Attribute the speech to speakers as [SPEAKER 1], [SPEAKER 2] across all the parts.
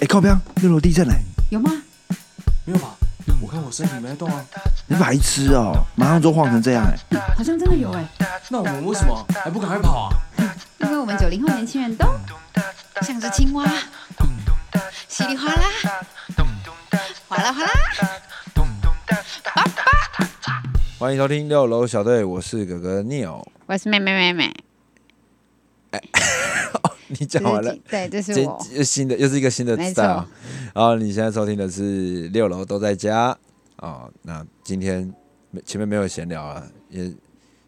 [SPEAKER 1] 哎，靠边！六楼地震嘞、
[SPEAKER 2] 有吗？
[SPEAKER 3] 没有吧？我看我身体没在动啊。
[SPEAKER 1] 你白痴哦、马上就晃成这样哎、
[SPEAKER 2] 好像真的有哎，
[SPEAKER 3] 那我们为什么还不赶快跑啊？
[SPEAKER 2] 因为我们九零后年轻人都像只青蛙，稀里哗啦，哗啦哗啦。
[SPEAKER 4] 欢迎收听六楼小队，我是哥哥 Neil。
[SPEAKER 2] 我是妹妹妹妹，
[SPEAKER 4] 你
[SPEAKER 2] 这
[SPEAKER 4] 讲完
[SPEAKER 2] 是
[SPEAKER 4] 了
[SPEAKER 2] 几，对，这是
[SPEAKER 4] 这
[SPEAKER 2] 我。
[SPEAKER 4] 这新的又是一个新的
[SPEAKER 2] 没
[SPEAKER 4] style
[SPEAKER 2] 错。
[SPEAKER 4] 然后你现在收听的是六楼都在家哦。那今天没前面没有闲聊啊，也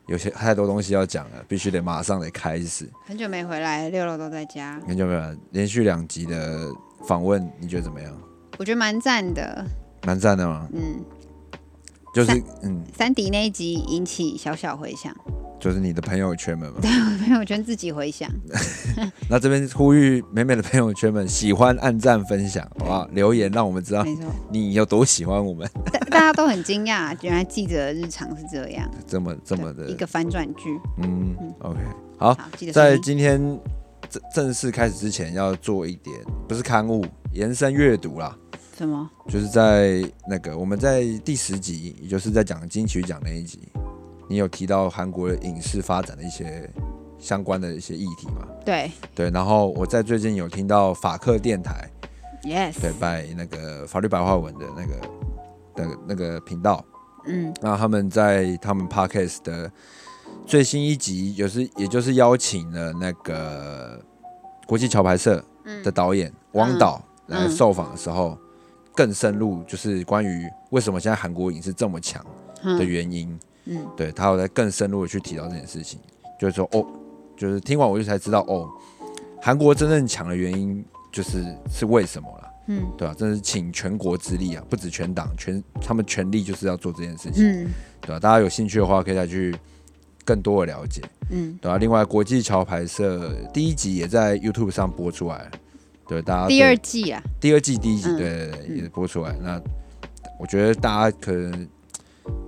[SPEAKER 4] 有些太多东西要讲了，必须得马上得开始。
[SPEAKER 2] 很久没回来，六楼都在家，
[SPEAKER 4] 很久没有了连续两集的访问，你觉得怎么样？
[SPEAKER 2] 我觉得蛮赞的。
[SPEAKER 4] 蛮赞的吗？
[SPEAKER 2] 嗯，
[SPEAKER 4] 就是嗯，
[SPEAKER 2] 三迪那一集引起小小回响，
[SPEAKER 4] 就是你的朋友圈们嘛。
[SPEAKER 2] 朋友圈自己回响。
[SPEAKER 4] 那这边呼吁美美的朋友圈们，喜欢按赞分享，好不好？留言让我们知道
[SPEAKER 2] 没错，
[SPEAKER 4] 你有多喜欢我们，
[SPEAKER 2] 大大家都很惊讶，原来记者的日常是这样，
[SPEAKER 4] 这么这么
[SPEAKER 2] 对一
[SPEAKER 4] 的，
[SPEAKER 2] 个反转剧。
[SPEAKER 4] 嗯，OK，好，
[SPEAKER 2] 好，记得
[SPEAKER 4] 在
[SPEAKER 2] 收听。
[SPEAKER 4] 今天正正式开始之前，要做一点不是刊物延伸阅读啦，
[SPEAKER 2] 什么？
[SPEAKER 4] 就是在那个我们在第十集，也就是在讲金曲奖那一集，你有提到韩国的影视发展的一些相关的一些议题嘛？
[SPEAKER 2] 对
[SPEAKER 4] 对，然后我在最近有听到法克电台。对
[SPEAKER 2] ，yes，，
[SPEAKER 4] 拜那个法律白话文的那个那个那个频道，
[SPEAKER 2] 嗯，
[SPEAKER 4] 那他们在他们 podcast 的最新一集，有是也就是邀请了那个国际桥牌社的导演、汪导来
[SPEAKER 2] 嗯
[SPEAKER 4] 受访的时候，更深入就是关于为什么现在韩国影是这么强的原因，
[SPEAKER 2] 嗯，
[SPEAKER 4] 对他有在更深入的去提到这件事情，就是说哦，就是听完我就才知道哦，韩国真正强的原因就是是为什么了。
[SPEAKER 2] 嗯，
[SPEAKER 4] 对啊，真是请全国之力啊，不止全党，全他们全力就是要做这件事情，
[SPEAKER 2] 嗯，
[SPEAKER 4] 对啊，大家有兴趣的话，可以再去更多的了解，
[SPEAKER 2] 嗯，
[SPEAKER 4] 对啊，另外，国际桥牌社第一集也在 YouTube 上播出来了，对，大家
[SPEAKER 2] 第二
[SPEAKER 4] 对
[SPEAKER 2] 季啊，
[SPEAKER 4] 第二季第一集，
[SPEAKER 2] 嗯
[SPEAKER 4] 对对对，
[SPEAKER 2] 嗯
[SPEAKER 4] 也播出来。那我觉得大家可能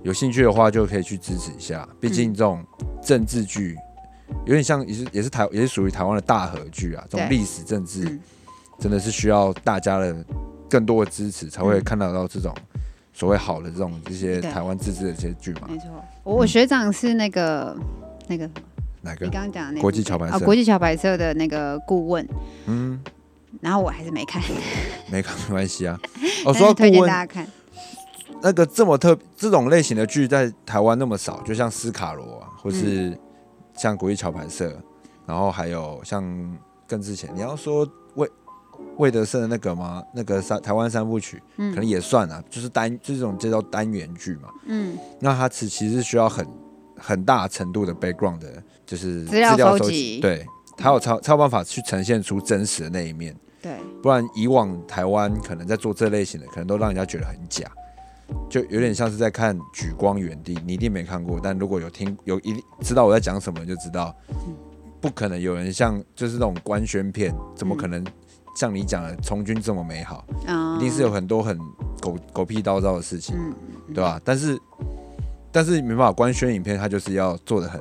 [SPEAKER 4] 有兴趣的话，就可以去支持一下，毕
[SPEAKER 2] 嗯
[SPEAKER 4] 竟这种政治剧有点像也是也是台也是属于台湾的大和剧啊，这种
[SPEAKER 2] 对
[SPEAKER 4] 历史政治
[SPEAKER 2] 嗯
[SPEAKER 4] 真的是需要大家的更多的支持，才会看到到这种所谓好的这种这些
[SPEAKER 2] 嗯对嗯
[SPEAKER 4] 台湾自治的这些剧嘛。
[SPEAKER 2] 没错。我我学长是那个那个
[SPEAKER 4] 哪个
[SPEAKER 2] 你？刚刚讲的那个
[SPEAKER 4] 国际桥牌社
[SPEAKER 2] 啊，国际桥牌社的那个顾问，
[SPEAKER 4] 嗯，
[SPEAKER 2] 然后我还是没看，
[SPEAKER 4] 没看没关 系啊。
[SPEAKER 2] 但
[SPEAKER 4] 我哦说
[SPEAKER 2] 是
[SPEAKER 4] 到
[SPEAKER 2] 推
[SPEAKER 4] 顾
[SPEAKER 2] 荐
[SPEAKER 4] 问
[SPEAKER 2] 大家看。
[SPEAKER 4] 那个这么特这种类型的剧在台湾那么少，就像斯卡罗啊，或是
[SPEAKER 2] 嗯
[SPEAKER 4] 像国际桥牌社，然后还有像更之前你要说魏魏德胜的那个吗？那个三台湾三部曲，可能
[SPEAKER 2] 嗯
[SPEAKER 4] 也算啊，就是单就是这种这叫单元剧嘛。
[SPEAKER 2] 嗯，
[SPEAKER 4] 那它其其实是需要很很大程度的 background 的，就是
[SPEAKER 2] 资料
[SPEAKER 4] 收
[SPEAKER 2] 收集
[SPEAKER 4] 对，才有才有才有办法去呈现出真实的那一面。
[SPEAKER 2] 对，
[SPEAKER 4] 不然以往台湾可能在做这类型的，可能都让人家觉得很假，就有点像是在看《举光原地》，你一定没看过，但如果有听有一定知道我在讲什么，你就知道，不可能有人像就是那种官宣片，怎么可能像你讲的从军这么美好？
[SPEAKER 2] 嗯，
[SPEAKER 4] 一定是有很多很狗狗屁叨叨的事情，
[SPEAKER 2] 嗯
[SPEAKER 4] 对吧？但是但是没办法，官宣影片它就是要做的很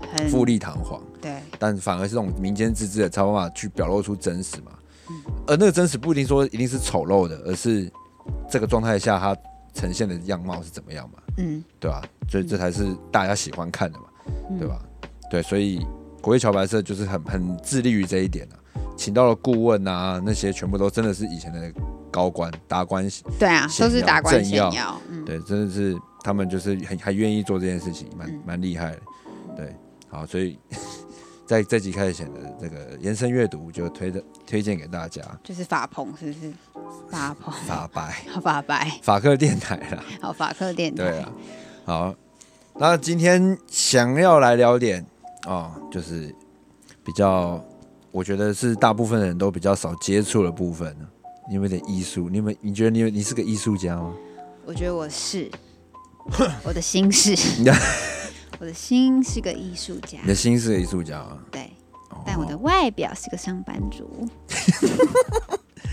[SPEAKER 2] 很
[SPEAKER 4] 富丽堂皇。
[SPEAKER 2] 对，
[SPEAKER 4] 但反而是这种民间自治的，才有办法去表露出真实嘛。
[SPEAKER 2] 嗯
[SPEAKER 4] 而那个真实不一定说一定是丑陋的，而是这个状态下它呈现的样貌是怎么样嘛，
[SPEAKER 2] 嗯，
[SPEAKER 4] 对吧、所以这才是大家喜欢看的嘛，
[SPEAKER 2] 嗯
[SPEAKER 4] 对吧？对，所以国际桥白社就是很很致力于这一点啊，请到了顾问啊，那些全部都真的是以前的高官达官
[SPEAKER 2] 对啊，
[SPEAKER 4] 显
[SPEAKER 2] 都是
[SPEAKER 4] 要
[SPEAKER 2] 打官
[SPEAKER 4] 政
[SPEAKER 2] 显
[SPEAKER 4] 要
[SPEAKER 2] 要，嗯，
[SPEAKER 4] 对，真的是他们就是很还愿意做这件事情，
[SPEAKER 2] 嗯
[SPEAKER 4] 蛮蛮厉害的。对，好，所以 在这集开始前的这个延伸阅读就推的推荐给大家，
[SPEAKER 2] 就是法鹏是不是？法鹏，
[SPEAKER 4] 法白
[SPEAKER 2] 好法白，
[SPEAKER 4] 法克电台 啦，
[SPEAKER 2] 好法克电台，
[SPEAKER 4] 对啊，好，那今天想要来聊点哦，就是比较我觉得是大部分人都比较少接触的部分呢。你有没有点艺术？你有没有？你觉得你有你是个艺术家吗？
[SPEAKER 2] 我觉得我是，我的心 是，我的心是个艺术家
[SPEAKER 4] 你，的心是个艺术家吗？
[SPEAKER 2] 对，
[SPEAKER 4] 哦
[SPEAKER 2] 但我的外表是个上班族。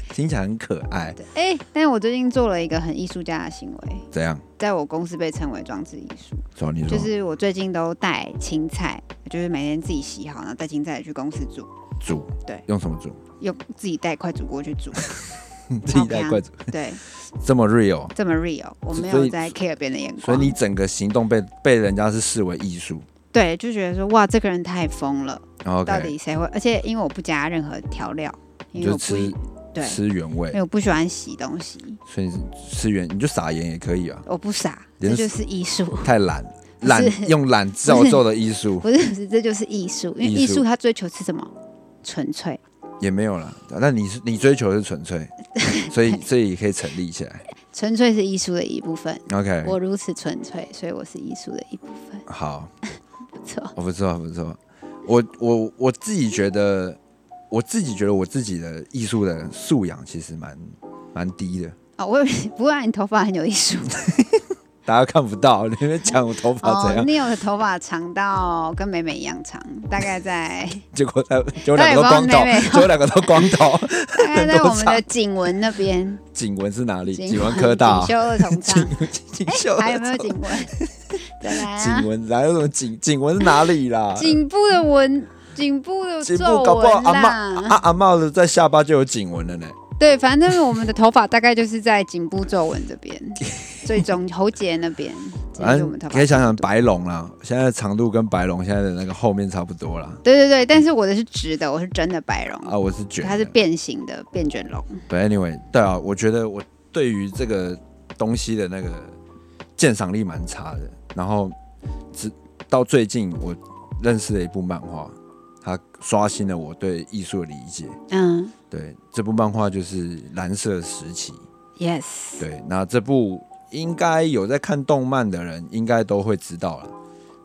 [SPEAKER 4] 听起来很可爱，
[SPEAKER 2] 对，哎、但我最近做了一个很艺术家的行为，
[SPEAKER 4] 怎样？
[SPEAKER 2] 在我公司被称为装置艺术，
[SPEAKER 4] 说你说
[SPEAKER 2] 就是我最近都带青菜，就是每天自己洗好，然后带青菜去公司煮。
[SPEAKER 4] 煮，
[SPEAKER 2] 对
[SPEAKER 4] 用什么煮？
[SPEAKER 2] 又自己带快煮锅去煮，
[SPEAKER 4] 自己带筷子，
[SPEAKER 2] 对，
[SPEAKER 4] 这么 real，
[SPEAKER 2] 这么 real，我没
[SPEAKER 4] 所
[SPEAKER 2] 有
[SPEAKER 4] 以
[SPEAKER 2] 在 care 别人的眼
[SPEAKER 4] 所以
[SPEAKER 2] 光。
[SPEAKER 4] 你整个行动被被人家是视为艺术。
[SPEAKER 2] 对，就觉得说哇，这个人太疯了，到
[SPEAKER 4] OK，
[SPEAKER 2] 底谁会？而且因为我不加任何调料，因为
[SPEAKER 4] 就
[SPEAKER 2] 我不
[SPEAKER 4] 吃
[SPEAKER 2] 对，
[SPEAKER 4] 吃原
[SPEAKER 2] 因为
[SPEAKER 4] 味，
[SPEAKER 2] 我不喜欢洗东西，
[SPEAKER 4] 所以吃原你就撒盐也可以 啊，
[SPEAKER 2] 我不傻，这
[SPEAKER 4] 连
[SPEAKER 2] 就是艺术。
[SPEAKER 4] 太懒懒
[SPEAKER 2] 不是
[SPEAKER 4] 用懒造就的艺术
[SPEAKER 2] 不是，不是，这就是艺术，因为艺
[SPEAKER 4] 艺术
[SPEAKER 2] 术它追求是什么？纯粹。
[SPEAKER 4] 也没有啦。但你是你追求的是 纯粹，所以这也可以成立起来。
[SPEAKER 2] 纯粹是艺术的一部分。
[SPEAKER 4] OK，
[SPEAKER 2] 我如此纯粹，所以我是艺术的一部分。
[SPEAKER 4] 好，
[SPEAKER 2] 不错，
[SPEAKER 4] 我不错不错，我我我自己觉得，我自己觉得我自己的艺术的素养其实蛮蛮低的。
[SPEAKER 2] 哦，我以为不过你头发很有艺术
[SPEAKER 4] 大家看不到， 你们讲我头发怎
[SPEAKER 2] 哦
[SPEAKER 4] 样，。
[SPEAKER 2] 你有的头发长到跟美美一样长，大概 在
[SPEAKER 4] 结果他结果两个都光头
[SPEAKER 2] 大家也不知道妹妹，
[SPEAKER 4] 结果两个都光 头。
[SPEAKER 2] 大概 在
[SPEAKER 4] 很多
[SPEAKER 2] 我们的颈纹那边，
[SPEAKER 4] 颈纹是哪里？
[SPEAKER 2] 颈
[SPEAKER 4] 颈纹科
[SPEAKER 2] 颈
[SPEAKER 4] 大哦、
[SPEAKER 2] 修二重 唱，
[SPEAKER 4] 颈袖
[SPEAKER 2] 哎还有没有颈纹？ 再来啊
[SPEAKER 4] 颈，纹？哪有什么颈颈纹是哪里啦？
[SPEAKER 2] 颈部的纹，颈部的
[SPEAKER 4] 颈部
[SPEAKER 2] 皱
[SPEAKER 4] 搞不好
[SPEAKER 2] 纹
[SPEAKER 4] 阿啊妈
[SPEAKER 2] 啦。
[SPEAKER 4] 阿阿妈的在下巴就有颈纹了呢。
[SPEAKER 2] 对，反正我们的头发大概就是在颈部皱纹这 边，最中喉结那边，这就
[SPEAKER 4] 反
[SPEAKER 2] 是我们头
[SPEAKER 4] 正
[SPEAKER 2] 发
[SPEAKER 4] 可以想想
[SPEAKER 2] 长度
[SPEAKER 4] 白龙啦，现在的长度跟白龙现在的那个后面差不多啦。
[SPEAKER 2] 对对对，但是我的是直的，我是真的白绒，
[SPEAKER 4] 啊，我是卷的，
[SPEAKER 2] 它是变形的变卷绒。
[SPEAKER 4] But anyway，对啊，我觉得我对于这个东西的那个鉴赏力蛮差的。然后直到最近，我认识了一部漫画，它刷新了我对艺术的理解。
[SPEAKER 2] 嗯
[SPEAKER 4] 对，这部漫画就是《蓝色时期》。
[SPEAKER 2] ，yes，
[SPEAKER 4] 对，那这部应该有在看动漫的人，应该都会知道了。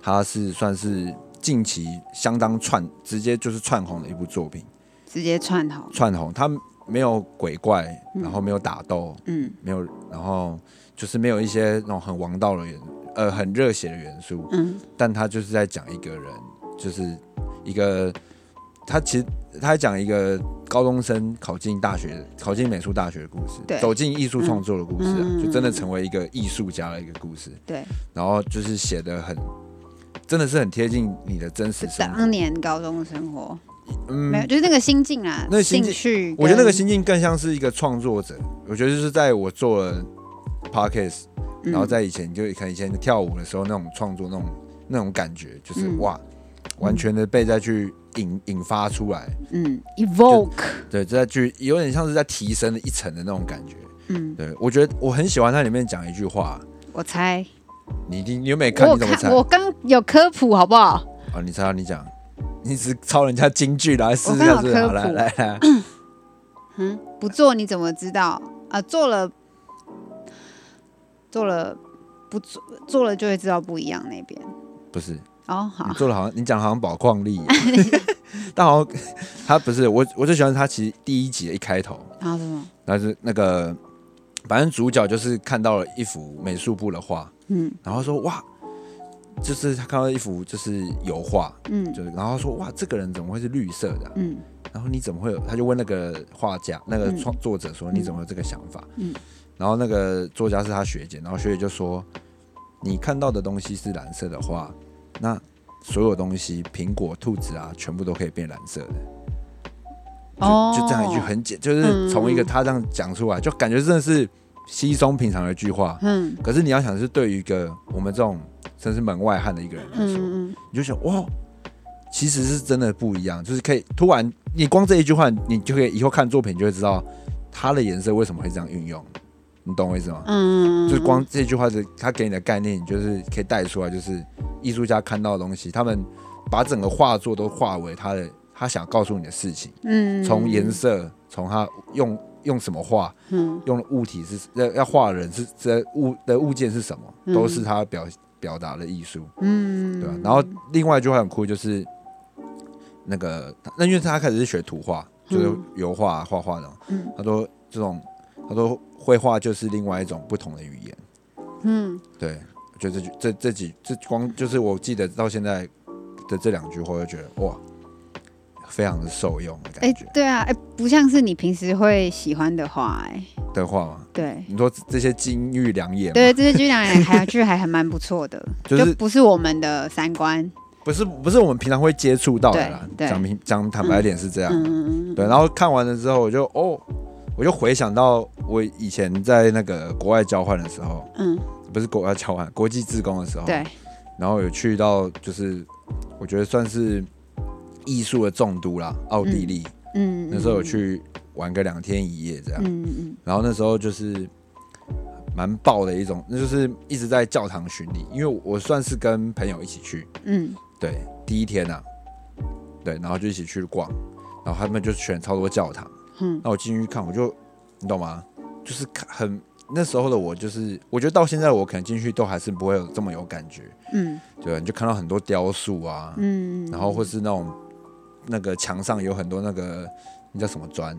[SPEAKER 4] 它是算是近期相当串，直接就是串红的一部作品。
[SPEAKER 2] 直接串红。
[SPEAKER 4] 串红，它没有鬼怪，
[SPEAKER 2] 嗯
[SPEAKER 4] 然后没有打斗，
[SPEAKER 2] 嗯
[SPEAKER 4] 没有，然后就是没有一些那种很王道的元，呃，很热血的元素，
[SPEAKER 2] 嗯
[SPEAKER 4] 但他就是在讲一个人，就是一个，他其实他在讲一个高中生考进大学、考进美术大学的故事
[SPEAKER 2] 对，
[SPEAKER 4] 走进艺术创作的故事啊，
[SPEAKER 2] 嗯嗯
[SPEAKER 4] 就真的成为一个艺术家的一个故事，
[SPEAKER 2] 对，
[SPEAKER 4] 然后就是写的很，真的是很贴近你的真
[SPEAKER 2] 是
[SPEAKER 4] 实生活，
[SPEAKER 2] 当年高中生活，
[SPEAKER 4] 嗯
[SPEAKER 2] 没有，就是那个心境啊，
[SPEAKER 4] 那个
[SPEAKER 2] 兴
[SPEAKER 4] 心境
[SPEAKER 2] 趣。
[SPEAKER 4] 我觉得那个，心境更像是一个创作者。我觉得就是在我做了 podcast，、
[SPEAKER 2] 嗯
[SPEAKER 4] 然后在以前就可能以前跳舞的时候那种创作那种那种感觉，就是、
[SPEAKER 2] 嗯
[SPEAKER 4] 哇，完全的被再去引引发出来，
[SPEAKER 2] 嗯，evoke，
[SPEAKER 4] 对，再去有点像是在提升了一层的那种感觉。
[SPEAKER 2] 嗯，
[SPEAKER 4] 对我觉得我很喜欢它里面讲一句话，
[SPEAKER 2] 我猜，
[SPEAKER 4] 你一定你有没有看？
[SPEAKER 2] 我
[SPEAKER 4] 你怎么猜？
[SPEAKER 2] 我刚有科普，好不好？
[SPEAKER 4] 啊，你猜啊，你讲，你只抄人家京剧来试
[SPEAKER 2] 我
[SPEAKER 4] 一
[SPEAKER 2] 刚
[SPEAKER 4] 下
[SPEAKER 2] 好
[SPEAKER 4] 是不是？
[SPEAKER 2] 科
[SPEAKER 4] 好啊来
[SPEAKER 2] 普
[SPEAKER 4] 来 来，
[SPEAKER 2] 嗯，不做你怎么知道？啊，做了，做了，不做做了就会知道不一样那边。
[SPEAKER 4] 不是，
[SPEAKER 2] 哦，好
[SPEAKER 4] 你，做的好像你讲得好像宝矿 力， 但好像他不是我，我最喜欢他其实第一集的一开头，
[SPEAKER 2] 然后什么？
[SPEAKER 4] 然后是那个反正主角就是看到了一幅美术部的画，
[SPEAKER 2] 嗯
[SPEAKER 4] 然后说哇，就是他看到一幅就是油画，
[SPEAKER 2] 嗯
[SPEAKER 4] 就是然后他说哇这个人怎么会是绿色的啊、
[SPEAKER 2] 嗯
[SPEAKER 4] 然后你怎么会有？他就问那个画家那个
[SPEAKER 2] 嗯
[SPEAKER 4] 创作者说你怎么有这个想法？
[SPEAKER 2] 嗯
[SPEAKER 4] 然后那个作家是他学姐，然后学姐就说：“你看到的东西是蓝色的话，那所有东西，苹果、兔子啊，全部都可以变蓝色的。就”
[SPEAKER 2] 哦
[SPEAKER 4] 就这样一句很简，就是
[SPEAKER 2] 嗯
[SPEAKER 4] 从一个他这样讲出来，就感觉真的是稀松平常的一句话。
[SPEAKER 2] 嗯
[SPEAKER 4] 可是你要想，是对于一个我们这种真是门外汉的一个人来说，
[SPEAKER 2] 嗯嗯
[SPEAKER 4] 你就想哇，其实是真的不一样，就是可以突然你光这一句话，你就可以以后看作品就会知道它的颜色为什么会这样运用，你懂我意思吗？
[SPEAKER 2] 嗯，
[SPEAKER 4] 就是光这句话的，它给你的概念，你就是可以带出来，就是艺术家看到的东西，他们把整个画作都化为他的他想告诉你的事情，
[SPEAKER 2] 嗯
[SPEAKER 4] 从颜色，从他用用什么画，
[SPEAKER 2] 嗯
[SPEAKER 4] 用的物体是要要画的人是这物的物件是什么，都是
[SPEAKER 2] 嗯
[SPEAKER 4] 他表表达的艺术。
[SPEAKER 2] 嗯
[SPEAKER 4] 对吧、然后另外一句话很酷，就是那个他那因为他开始是学图画，就是
[SPEAKER 2] 嗯
[SPEAKER 4] 油画、啊画画那种。
[SPEAKER 2] 嗯
[SPEAKER 4] 他说这种，他说绘画就是另外一种不同的语言。
[SPEAKER 2] 嗯
[SPEAKER 4] 对，我觉得这句这这几这光就是我记得到现在的这两句话，我就觉得哇，非常的受用的
[SPEAKER 2] 哎
[SPEAKER 4] 感觉。
[SPEAKER 2] 对啊哎不像是你平时会喜欢的话哎
[SPEAKER 4] 的话嘛，
[SPEAKER 2] 对
[SPEAKER 4] 你说这这些金玉良言 嘛，
[SPEAKER 2] 对这些剧两人还剧还还蛮不错的
[SPEAKER 4] 就是
[SPEAKER 2] 不是我们的三观
[SPEAKER 4] 不是不是我们平常会接触到的啦。
[SPEAKER 2] 对对
[SPEAKER 4] 讲明讲坦白一点是这样。
[SPEAKER 2] 嗯嗯嗯
[SPEAKER 4] 对，然后看完了之后，我就哦，我就回想到我以前在那个国外交换的时候，
[SPEAKER 2] 嗯，
[SPEAKER 4] 不是国外交换，国际志工的时候，
[SPEAKER 2] 对，
[SPEAKER 4] 然后有去到就是我觉得算是艺术的重都啦，奥地利、
[SPEAKER 2] 嗯，
[SPEAKER 4] 那时候有去玩个两天一夜这样，
[SPEAKER 2] 嗯，嗯嗯
[SPEAKER 4] 然后那时候就是蛮爆的一种，那就是一直在教堂巡礼，因为我算是跟朋友一起去，
[SPEAKER 2] 嗯
[SPEAKER 4] 对，第一天呐、啊，对，然后就一起去逛，然后他们就选超多教堂，
[SPEAKER 2] 嗯
[SPEAKER 4] 那我进去看，我就你懂吗？就是看很那时候的我，就是我觉得到现在我可能进去都还是不会有这么有感觉，
[SPEAKER 2] 嗯
[SPEAKER 4] 对，你就看到很多雕塑啊，
[SPEAKER 2] 嗯，
[SPEAKER 4] 然后或是那种那个墙上有很多那个那叫什么砖，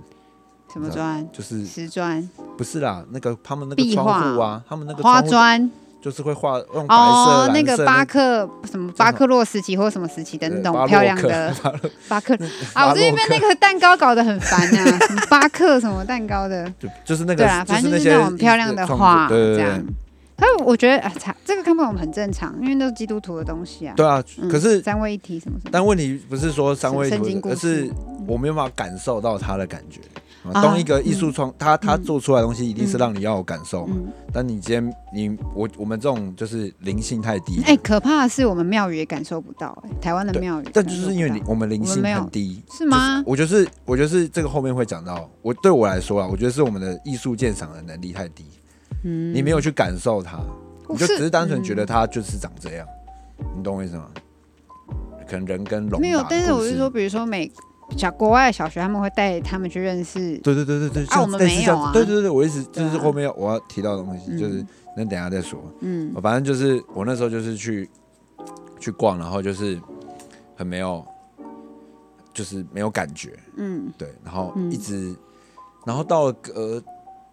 [SPEAKER 2] 什么砖？
[SPEAKER 4] 就是
[SPEAKER 2] 瓷砖、
[SPEAKER 4] 不是啦，那个他们那
[SPEAKER 2] 壁
[SPEAKER 4] 个
[SPEAKER 2] 画
[SPEAKER 4] 窗户啊，他们那个
[SPEAKER 2] 花
[SPEAKER 4] 窗户
[SPEAKER 2] 砖
[SPEAKER 4] 就是会画用白色、
[SPEAKER 2] 哦，那
[SPEAKER 4] 蓝色
[SPEAKER 2] 个巴克什么巴克洛时期或什么时期的那
[SPEAKER 4] 呃巴
[SPEAKER 2] 种
[SPEAKER 4] 洛
[SPEAKER 2] 漂亮
[SPEAKER 4] 克
[SPEAKER 2] 的
[SPEAKER 4] 巴洛
[SPEAKER 2] 巴克
[SPEAKER 4] 巴
[SPEAKER 2] 啊，
[SPEAKER 4] 洛
[SPEAKER 2] 我这边
[SPEAKER 4] 克
[SPEAKER 2] 那个蛋糕搞得很烦啊，什么巴克什么蛋糕的，
[SPEAKER 4] 就就是那个
[SPEAKER 2] 对啊，反正
[SPEAKER 4] 那
[SPEAKER 2] 就是
[SPEAKER 4] 些
[SPEAKER 2] 那种很漂亮的
[SPEAKER 4] 创
[SPEAKER 2] 画
[SPEAKER 4] 作
[SPEAKER 2] 这
[SPEAKER 4] 对对
[SPEAKER 2] 样
[SPEAKER 4] 对。
[SPEAKER 2] 还有我觉得啊，差这个看不懂很正常，因为都是基督徒的东西啊。
[SPEAKER 4] 对啊，
[SPEAKER 2] 嗯，
[SPEAKER 4] 可是
[SPEAKER 2] 三位一体什么什么，
[SPEAKER 4] 但问题不是说三位
[SPEAKER 2] 圣
[SPEAKER 4] 图
[SPEAKER 2] 经
[SPEAKER 4] 的，
[SPEAKER 2] 故
[SPEAKER 4] 而
[SPEAKER 2] 事
[SPEAKER 4] 是我没有办法感受到他的感觉。啊
[SPEAKER 2] 啊
[SPEAKER 4] 当一个艺术创，他他
[SPEAKER 2] 嗯
[SPEAKER 4] 做出来的东西一定是让你要有感受嘛。
[SPEAKER 2] 嗯，
[SPEAKER 4] 但你今天你我我们这种就是灵性太低了，
[SPEAKER 2] 哎，可怕的是我们庙宇也感受不到，哎，台湾的
[SPEAKER 4] 对
[SPEAKER 2] 庙宇感受不到，
[SPEAKER 4] 但就是因为你我们灵性
[SPEAKER 2] 我们没有
[SPEAKER 4] 很低，
[SPEAKER 2] 是吗？
[SPEAKER 4] 我就是我就是这个后面会讲到。我对我来说啊，我觉得是我们的艺术鉴赏的能力太低，
[SPEAKER 2] 嗯，
[SPEAKER 4] 你没有去感受它，
[SPEAKER 2] 我
[SPEAKER 4] 你
[SPEAKER 2] 是，
[SPEAKER 4] 就只是单纯觉得
[SPEAKER 2] 嗯
[SPEAKER 4] 它就是长这样，你懂我意思吗？可能人跟龙
[SPEAKER 2] 没有
[SPEAKER 4] 吧，
[SPEAKER 2] 但是我
[SPEAKER 4] 故事
[SPEAKER 2] 是说，比如说美小国外的小学，他们会带他们去认识，
[SPEAKER 4] 对对对对对，
[SPEAKER 2] 啊
[SPEAKER 4] 像
[SPEAKER 2] 我们
[SPEAKER 4] 类似
[SPEAKER 2] 没
[SPEAKER 4] 像
[SPEAKER 2] 有啊
[SPEAKER 4] 对对对，我一直
[SPEAKER 2] 对
[SPEAKER 4] 就
[SPEAKER 2] 啊
[SPEAKER 4] 是后面要我要提到的东西，
[SPEAKER 2] 嗯
[SPEAKER 4] 就是那等一下再说。
[SPEAKER 2] 嗯
[SPEAKER 4] 我反正就是我那时候就是去去逛，然后就是很没有，就是没有感觉，
[SPEAKER 2] 嗯
[SPEAKER 4] 对，然后
[SPEAKER 2] 嗯
[SPEAKER 4] 一直，然后到了呃，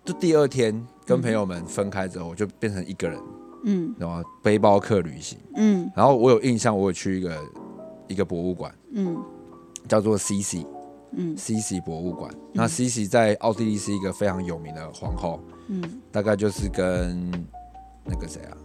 [SPEAKER 4] 就第二天跟朋友们分开之后，我就变成一个人，
[SPEAKER 2] 嗯
[SPEAKER 4] 然后背包客旅行。
[SPEAKER 2] 嗯
[SPEAKER 4] 然后我有印象，我有去一个一个博物馆，
[SPEAKER 2] 嗯
[SPEAKER 4] 叫做 CC。
[SPEAKER 2] 嗯
[SPEAKER 4] CC 博物馆。那 CC 在奥地利是一个非常有名的皇后，
[SPEAKER 2] 嗯，
[SPEAKER 4] 大概就是跟那个谁啊，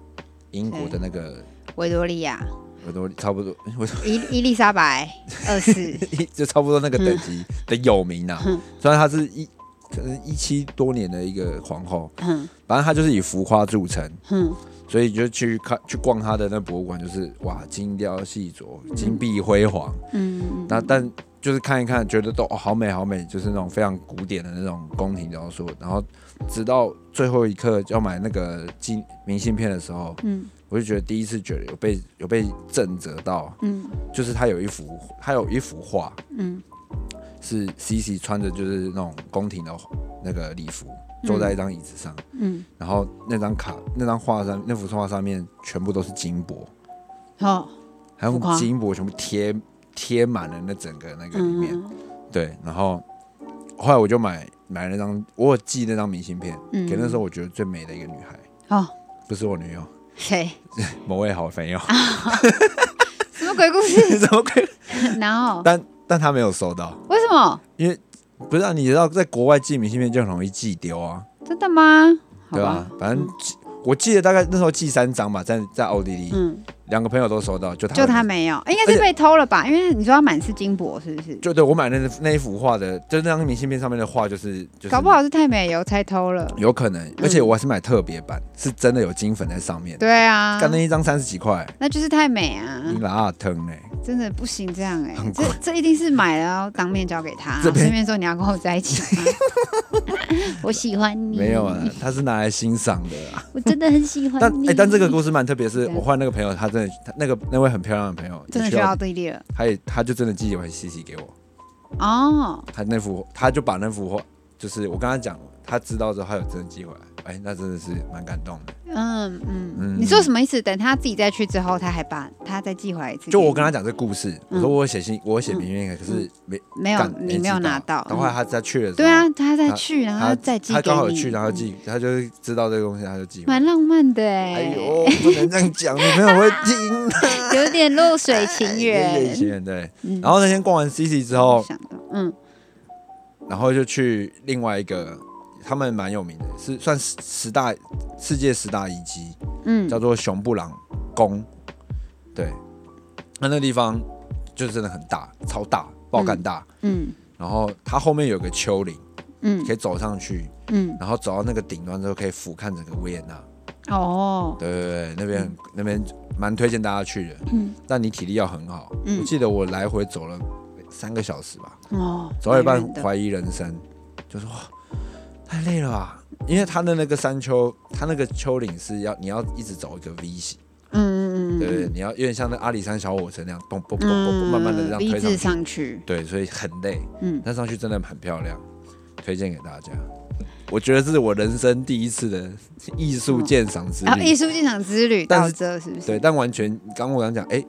[SPEAKER 4] 英国的那个
[SPEAKER 2] 维多利亚、
[SPEAKER 4] 我都差不多，我说
[SPEAKER 2] 伊伊丽莎白二世，
[SPEAKER 4] 就差不多那个等级的有名啊。虽然她是一可能一七多年的一个皇后，
[SPEAKER 2] 哼
[SPEAKER 4] 反正她就是以浮夸著称，
[SPEAKER 2] 哼，
[SPEAKER 4] 所以你就去看去逛她的那博物馆，就是哇精雕细琢，金碧辉煌。
[SPEAKER 2] 嗯
[SPEAKER 4] 那但就是看一看，觉得都、哦、好美好美，就是那种非常古典的那种宫廷雕塑。然后直到最后一刻要买那个金明信片的时候，
[SPEAKER 2] 嗯
[SPEAKER 4] 我就觉得第一次觉得有被有被震折到，
[SPEAKER 2] 嗯
[SPEAKER 4] 就是他有一幅他有一幅画
[SPEAKER 2] 嗯
[SPEAKER 4] 是 CC 穿着就是那种宫廷的那个礼服，坐在一张椅子上，
[SPEAKER 2] 嗯，
[SPEAKER 4] 然后那张卡那张画上那幅画上面全部都是金箔，
[SPEAKER 2] 好，
[SPEAKER 4] 还有
[SPEAKER 2] 浮夸
[SPEAKER 4] 金箔全部贴贴满了那整个那个里面。
[SPEAKER 2] 嗯
[SPEAKER 4] 对，然后后来我就买买那张，我有寄那张明信片、
[SPEAKER 2] 嗯
[SPEAKER 4] 给那时候我觉得最美的一个女孩，
[SPEAKER 2] 好，
[SPEAKER 4] 不是我 女友，
[SPEAKER 2] 谁？
[SPEAKER 4] 某位好朋友，
[SPEAKER 2] 啊什么鬼故事？
[SPEAKER 4] 怎么可以？
[SPEAKER 2] 然后
[SPEAKER 4] 但但她没有收到，
[SPEAKER 2] 为什么？
[SPEAKER 4] 因为不是、啊、你知道，在国外寄明信片就很容易寄丢啊，
[SPEAKER 2] 真的吗？好
[SPEAKER 4] 对啊吧？？反正寄、我记得大概那时候寄三张吧，在在奥地利，
[SPEAKER 2] 嗯，
[SPEAKER 4] 两、个朋友都收到，就她
[SPEAKER 2] 就他
[SPEAKER 4] 没
[SPEAKER 2] 没有，应该是被偷了吧？因为你说他满是金箔，是不是？
[SPEAKER 4] 就对我买那那一幅画的，就那张明信片上面的画，就是就是
[SPEAKER 2] 搞不好是太美邮拆偷了。
[SPEAKER 4] 有可能，而且我还是买特别版，是真的有金粉在上面，
[SPEAKER 2] 对啊，
[SPEAKER 4] 干那一张三十几块。
[SPEAKER 2] 那就是太美啊
[SPEAKER 4] 你，拉啊疼哎、
[SPEAKER 2] 真的不行这样哎、
[SPEAKER 4] 很
[SPEAKER 2] 这这一定是买了要当面交给他，
[SPEAKER 4] 这边
[SPEAKER 2] 顺便说你要跟我在一起 吗？我喜欢你，
[SPEAKER 4] 没有啊，他是拿来欣赏的啊。
[SPEAKER 2] 嗯我真的很喜欢
[SPEAKER 4] 但
[SPEAKER 2] 你。
[SPEAKER 4] 哎、但这个故事蛮特别，是
[SPEAKER 2] 对
[SPEAKER 4] 我换那个朋友，他真的，他那个那位很漂亮的朋友，
[SPEAKER 2] 真的
[SPEAKER 4] 也
[SPEAKER 2] 去奥地利了
[SPEAKER 4] 他也他就真的寄回西西给我，
[SPEAKER 2] 哦，
[SPEAKER 4] 他那幅他就把那幅画，就是我跟他讲，他知道之后，他有真的寄回来，哎、那真的是蛮感动的。
[SPEAKER 2] 嗯嗯
[SPEAKER 4] 嗯
[SPEAKER 2] 你说什么意思？等他自己再去之后，他还把他再寄回来一次给你。
[SPEAKER 4] 就我跟他讲这故事，
[SPEAKER 2] 嗯
[SPEAKER 4] 我说我有写信，我有写明信片，可是没
[SPEAKER 2] 没有
[SPEAKER 4] 干，
[SPEAKER 2] 你没有
[SPEAKER 4] 寄到
[SPEAKER 2] 拿到。
[SPEAKER 4] 然后
[SPEAKER 2] 嗯
[SPEAKER 4] 他再去了，
[SPEAKER 2] 对啊，，他再去，然后
[SPEAKER 4] 他
[SPEAKER 2] 再寄给
[SPEAKER 4] 他
[SPEAKER 2] 你。
[SPEAKER 4] 刚好有去，然后
[SPEAKER 2] 嗯
[SPEAKER 4] 寄，他就知道这个东西，他就寄回来。
[SPEAKER 2] 蛮浪漫的哎、
[SPEAKER 4] 哎呦，不能这样讲，女朋友会听。
[SPEAKER 2] 有点露
[SPEAKER 4] 哎
[SPEAKER 2] 水情
[SPEAKER 4] 对，
[SPEAKER 2] 缘。
[SPEAKER 4] 情人对。
[SPEAKER 2] 嗯
[SPEAKER 4] 然后那天逛完 CC 之后，
[SPEAKER 2] 想到，嗯
[SPEAKER 4] 然后就去另外一个，他们蛮有名的，是算十十大世界十大遗迹，
[SPEAKER 2] 嗯
[SPEAKER 4] 叫做熊布朗宫。对，那那个地方就真的很大，超大，爆干大。
[SPEAKER 2] 嗯
[SPEAKER 4] 然后它后面有个丘陵，
[SPEAKER 2] 嗯
[SPEAKER 4] 可以走上去，
[SPEAKER 2] 嗯，
[SPEAKER 4] 然后走到那个顶端之后可以俯瞰整个维也纳。
[SPEAKER 2] 哦，
[SPEAKER 4] 对对对，那边很、那边蛮推荐大家去的。
[SPEAKER 2] 嗯
[SPEAKER 4] 但你体力要很好。
[SPEAKER 2] 嗯
[SPEAKER 4] 我记得我来回走了三个小时吧，
[SPEAKER 2] 哦，
[SPEAKER 4] 走到一半
[SPEAKER 2] 蛮远的
[SPEAKER 4] 怀疑人生，就说哇太累了吧，因为它的那个山丘，它那个丘陵是要你要一直走一个 V 型，
[SPEAKER 2] 嗯嗯嗯，
[SPEAKER 4] 对不对？你要有点像那阿里山小火车那样，咚咚咚咚咚，慢慢的这样
[SPEAKER 2] 嗯 V
[SPEAKER 4] 推
[SPEAKER 2] 字上
[SPEAKER 4] 上去。
[SPEAKER 2] 去，
[SPEAKER 4] 对，所以很累，
[SPEAKER 2] 嗯，
[SPEAKER 4] 但上去真的很漂亮，推荐给大家。我觉得这是我人生第一次的艺术鉴赏之
[SPEAKER 2] 然哦后艺
[SPEAKER 4] 旅，
[SPEAKER 2] 术进场之旅
[SPEAKER 4] 但
[SPEAKER 2] 到
[SPEAKER 4] 是
[SPEAKER 2] 这是不是？
[SPEAKER 4] 对，但完全刚刚我刚讲，哎，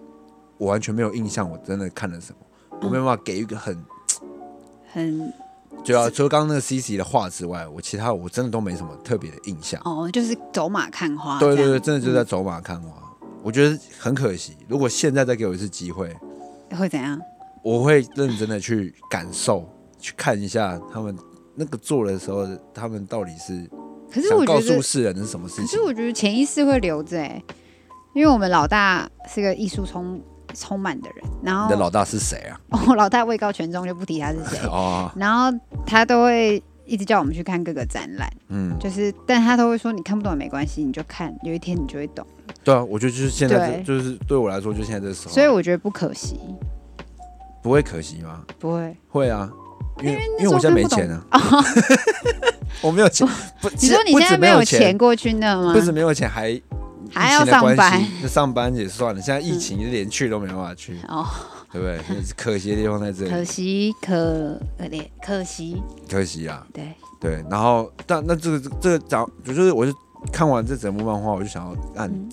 [SPEAKER 4] 我完全没有印象，我真的看了什
[SPEAKER 2] 嗯
[SPEAKER 4] 么，我没有办法给一个很
[SPEAKER 2] 很
[SPEAKER 4] 就要除了刚刚那个 C C 的话之外，我其他我真的都没什么特别的印象。
[SPEAKER 2] 哦，就是走马看花这样，
[SPEAKER 4] 对对对，真的就在走马看花，我觉得很可惜。如果现在再给我一次机会，
[SPEAKER 2] 对，会怎样？
[SPEAKER 4] 我会认真的去感受，去看一下他们那个做的时候，他们到底是
[SPEAKER 2] 可是
[SPEAKER 4] 想
[SPEAKER 2] 我
[SPEAKER 4] 告
[SPEAKER 2] 觉
[SPEAKER 4] 诉
[SPEAKER 2] 得，
[SPEAKER 4] 世人是什么事
[SPEAKER 2] 可
[SPEAKER 4] 情
[SPEAKER 2] 是。我觉得潜意识会留着哎、因为我们老大是个艺术充充满的人，然
[SPEAKER 4] 你
[SPEAKER 2] 后
[SPEAKER 4] 的老大是谁啊？
[SPEAKER 2] 我老大位高权重就不提他 是谁，
[SPEAKER 4] 哦，
[SPEAKER 2] 然后他都会一直叫我们去看各个展览，
[SPEAKER 4] 嗯，
[SPEAKER 2] 就是，但他都会说你看不懂也没关系，你就看，有一天你就会懂。
[SPEAKER 4] 对啊，我觉得就是现在这，
[SPEAKER 2] 对
[SPEAKER 4] 就是对我来说，就现在这个时候，
[SPEAKER 2] 所以我觉得不可惜，
[SPEAKER 4] 不会可惜吗？
[SPEAKER 2] 不会。
[SPEAKER 4] 会啊，因为
[SPEAKER 2] 那
[SPEAKER 4] 因为我
[SPEAKER 2] 时候
[SPEAKER 4] 现在
[SPEAKER 2] 看
[SPEAKER 4] 没
[SPEAKER 2] 不懂哦
[SPEAKER 4] 钱啊， 我没有钱，不，
[SPEAKER 2] 你说你
[SPEAKER 4] 不
[SPEAKER 2] 现
[SPEAKER 4] 止
[SPEAKER 2] 在
[SPEAKER 4] 没
[SPEAKER 2] 没有
[SPEAKER 4] 钱
[SPEAKER 2] 钱，过去那吗
[SPEAKER 4] 不？止没有钱，还
[SPEAKER 2] 还
[SPEAKER 4] 疫情
[SPEAKER 2] 要
[SPEAKER 4] 的
[SPEAKER 2] 上
[SPEAKER 4] 关系
[SPEAKER 2] 班，
[SPEAKER 4] 那上班也算了，现在疫情连去都没办法去，
[SPEAKER 2] 哦，
[SPEAKER 4] 对不对？那是可惜的地方在这
[SPEAKER 2] 可
[SPEAKER 4] 里，
[SPEAKER 2] 惜，可可怜，可惜，
[SPEAKER 4] 可惜啊。
[SPEAKER 2] 对，
[SPEAKER 4] 对，然后但那这个这个讲，就是我就看完这整部漫画，我就想要按。
[SPEAKER 2] 嗯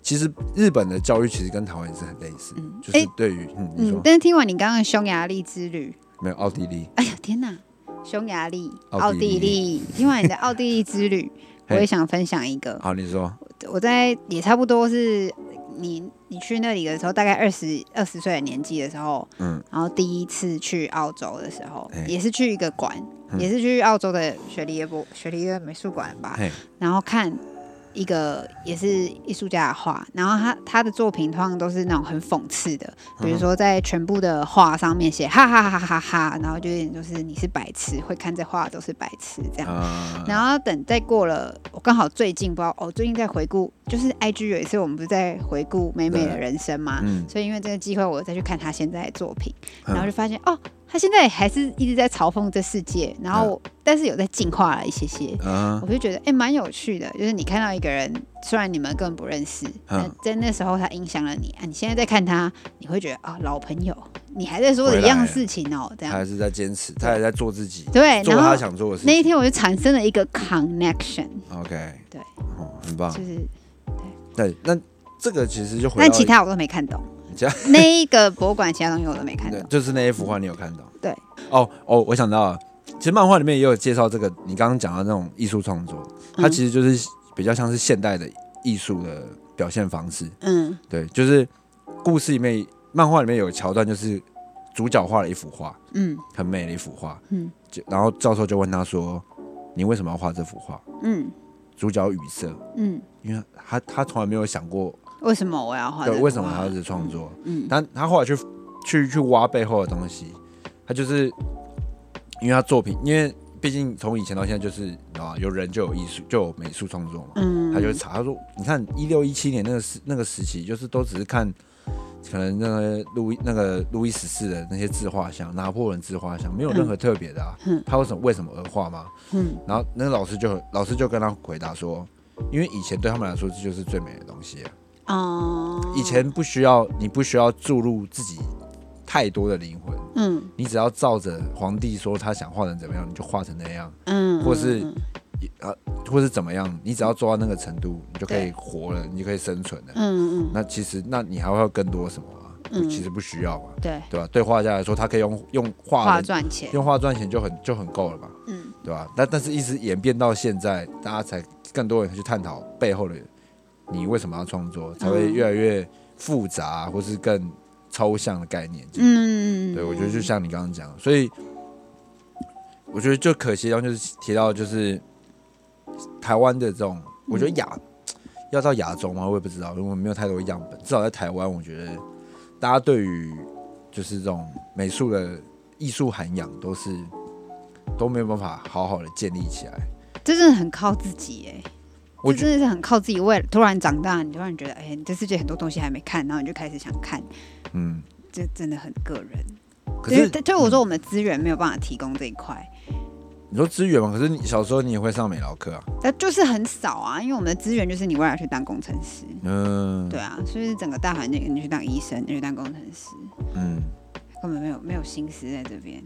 [SPEAKER 4] 其实日本的教育其实跟台湾也是很类似，
[SPEAKER 2] 嗯
[SPEAKER 4] 就是
[SPEAKER 2] 诶
[SPEAKER 4] 对于嗯你说
[SPEAKER 2] 嗯。但是听完你刚刚的匈牙利之旅，
[SPEAKER 4] 没有奥地利，
[SPEAKER 2] 哎呀，天哪！匈牙利、
[SPEAKER 4] 奥
[SPEAKER 2] 奥地
[SPEAKER 4] 地
[SPEAKER 2] 利，听完你的奥地利之旅，我
[SPEAKER 4] 嘿
[SPEAKER 2] 也想分享一个。
[SPEAKER 4] 好你说
[SPEAKER 2] 我在也差不多是你你去那里的时候，大概二十二十岁的年纪的时候，
[SPEAKER 4] 嗯
[SPEAKER 2] 嗯，然后第一次去澳洲的时候，
[SPEAKER 4] 嘿
[SPEAKER 2] 也是去一个馆，
[SPEAKER 4] 嗯哎
[SPEAKER 2] 也是去澳洲的雪梨耶博雪梨的美术馆吧
[SPEAKER 4] 嘿，
[SPEAKER 2] 然后看一个也是艺术家的画，然后他他的作品通常都是那种很讽刺的，比如说在全部的画上面写哈哈哈哈哈哈，然后就有点就是你是白痴，会看这画的都是白痴这样。
[SPEAKER 4] 啊，
[SPEAKER 2] 然后等再过了，我刚好最近不知道，哦，最近在回顾，就是 IG 有一次我们不是在回顾美美的
[SPEAKER 4] 对
[SPEAKER 2] 人生嘛，
[SPEAKER 4] 嗯
[SPEAKER 2] 所以因为这个机会，我再去看她现在的作品，
[SPEAKER 4] 嗯
[SPEAKER 2] 然后就发现哦，她现在还是一直在嘲讽这世界，然后
[SPEAKER 4] 嗯
[SPEAKER 2] 我、但是有在进化了一些些，
[SPEAKER 4] 啊
[SPEAKER 2] 我就觉得哎蛮有趣的，就是你看到一个人，虽然你们根本不认识，
[SPEAKER 4] 嗯
[SPEAKER 2] 但在那时候他影响了你啊，你现在在看他，你会觉得啊、老朋友，你还在说的一
[SPEAKER 4] 回来
[SPEAKER 2] 样
[SPEAKER 4] 了
[SPEAKER 2] 事情哦，这
[SPEAKER 4] 他
[SPEAKER 2] 样
[SPEAKER 4] 还是在坚持，他还在做自己，
[SPEAKER 2] 对
[SPEAKER 4] 做
[SPEAKER 2] 然后
[SPEAKER 4] 他想做的事
[SPEAKER 2] 那一
[SPEAKER 4] 情。
[SPEAKER 2] 天我就产生了一个 connection，
[SPEAKER 4] OK，
[SPEAKER 2] 对
[SPEAKER 4] 哦，很棒
[SPEAKER 2] 就。是。
[SPEAKER 4] 对，那这个其实就回
[SPEAKER 2] 但
[SPEAKER 4] 到
[SPEAKER 2] 其他我都没看懂
[SPEAKER 4] 你家。
[SPEAKER 2] 那一个博物馆其他东西我都没看
[SPEAKER 4] 对
[SPEAKER 2] 懂，。
[SPEAKER 4] 就是那一幅画，你有看到？
[SPEAKER 2] 对。
[SPEAKER 4] 哦哦，我想到了，其实漫画里面也有介绍这个，你刚刚讲到那种艺术创作，它
[SPEAKER 2] 嗯
[SPEAKER 4] 其实就是比较像是现代的艺术的表现方式。
[SPEAKER 2] 嗯
[SPEAKER 4] 对，就是故事里面、漫画里面有桥段，就是主角画了一幅画，
[SPEAKER 2] 嗯
[SPEAKER 4] 很美的一幅画，
[SPEAKER 2] 嗯
[SPEAKER 4] 就然后教授就问他说：“你为什么要画这幅画
[SPEAKER 2] 嗯？”
[SPEAKER 4] 主角语塞，
[SPEAKER 2] 嗯，
[SPEAKER 4] 因为他他从来没有想过，
[SPEAKER 2] 为什么我要画这
[SPEAKER 4] 对，
[SPEAKER 2] 个？
[SPEAKER 4] 为什么他要一直创作？
[SPEAKER 2] 嗯
[SPEAKER 4] 但他后来去去去挖背后的东西，他就是因为他作品，因为毕竟从以前到现在就是啊，有人就有艺术，就有美术创作嘛。
[SPEAKER 2] 嗯，
[SPEAKER 4] 他就查，他说你看一六一七年那个时那个时期，就是都只是看可能那个路易那个路易十四的那些自画像，拿破仑自画像，没有任何特别的啊。
[SPEAKER 2] 嗯
[SPEAKER 4] 他为什么为什么而画吗？
[SPEAKER 2] 嗯
[SPEAKER 4] 然后那个老师就老师就跟他回答说，因为以前对他们来说这就是最美的东西、啊。
[SPEAKER 2] 哦，
[SPEAKER 4] 以前不需要，你不需要注入自己太多的灵魂，
[SPEAKER 2] 嗯
[SPEAKER 4] 你只要照着皇帝说他想画成怎么样，你就画成那样，
[SPEAKER 2] 嗯，
[SPEAKER 4] 或是
[SPEAKER 2] 嗯
[SPEAKER 4] 或是怎么样，你只要做到那个程度，你就可以
[SPEAKER 2] 对
[SPEAKER 4] 活了，你就可以生存了。
[SPEAKER 2] 嗯嗯
[SPEAKER 4] 那其实，那你还会有更多什么啊？
[SPEAKER 2] 嗯
[SPEAKER 4] 不其实不需要嘛，
[SPEAKER 2] 对，
[SPEAKER 4] 对吧、对画家来说，他可以用用画
[SPEAKER 2] 画
[SPEAKER 4] 的
[SPEAKER 2] 赚钱，
[SPEAKER 4] 用画赚钱就很就很够了嘛，
[SPEAKER 2] 嗯
[SPEAKER 4] 对吧、但但是一直演变到现在，大家才更多人去探讨背后的你为什么要创作，才
[SPEAKER 2] 嗯
[SPEAKER 4] 会越来越复杂、或是更抽象的概念。
[SPEAKER 2] 嗯，
[SPEAKER 4] 对，我觉得就像你刚刚讲的，所以我觉得就可惜，然后就是提到就是台湾的这种，我觉
[SPEAKER 2] 嗯
[SPEAKER 4] 得亚、要到亚洲吗？我也不知道，因为我没有太多样本。至少在台湾，我觉得大家对于就是这种美术的艺术涵养都是都没有办法好好的建立起来。
[SPEAKER 2] 这真的很靠自己哎、
[SPEAKER 4] 我
[SPEAKER 2] 这
[SPEAKER 4] 觉
[SPEAKER 2] 真的是很靠自己。为了突然长大，你突然觉得，哎、你这世界很多东西还没看，然后你就开始想看，
[SPEAKER 4] 嗯，
[SPEAKER 2] 这真的很个人。
[SPEAKER 4] 可是
[SPEAKER 2] 对，对我说我们的资源没有办法提供这一块，
[SPEAKER 4] 你说资源嘛，可是你小时候你也会上美劳课啊，
[SPEAKER 2] 但就是很少啊，因为我们的资源就是你未来去当工程师，
[SPEAKER 4] 嗯，
[SPEAKER 2] 对啊，所以整个大环境你去当医生，你去当工程师，
[SPEAKER 4] 嗯。
[SPEAKER 2] 根本没有没有心思在这边。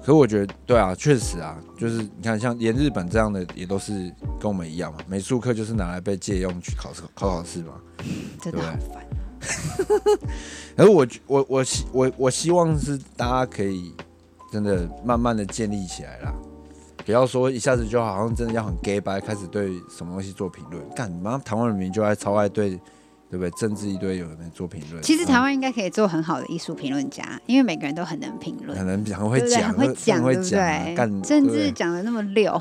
[SPEAKER 4] 可是我觉得，对啊，确实啊，就是你看，像连日本这样的也都是跟我们一样嘛，美术课就是拿来被借用去考试考考试嘛。
[SPEAKER 2] 真的啊
[SPEAKER 4] 对
[SPEAKER 2] 好
[SPEAKER 4] 啊
[SPEAKER 2] 烦。
[SPEAKER 4] 而我我我希我我希望是大家可以真的慢慢的建立起来啦，不要说一下子就好像真的要很 gay 白开始对什么东西做评论。干你妈，台湾人民就爱超爱对对不对政治一堆有人做评论，
[SPEAKER 2] 其实台湾应该可以做很好的艺术评论家，因为每个人都很能评论，
[SPEAKER 4] 嗯可能很
[SPEAKER 2] 对
[SPEAKER 4] 会
[SPEAKER 2] 不对？
[SPEAKER 4] 讲，
[SPEAKER 2] 很会讲，对
[SPEAKER 4] 会
[SPEAKER 2] 不
[SPEAKER 4] 讲啊，
[SPEAKER 2] 对？政
[SPEAKER 4] 干对不
[SPEAKER 2] 治
[SPEAKER 4] 对
[SPEAKER 2] 讲的那么溜，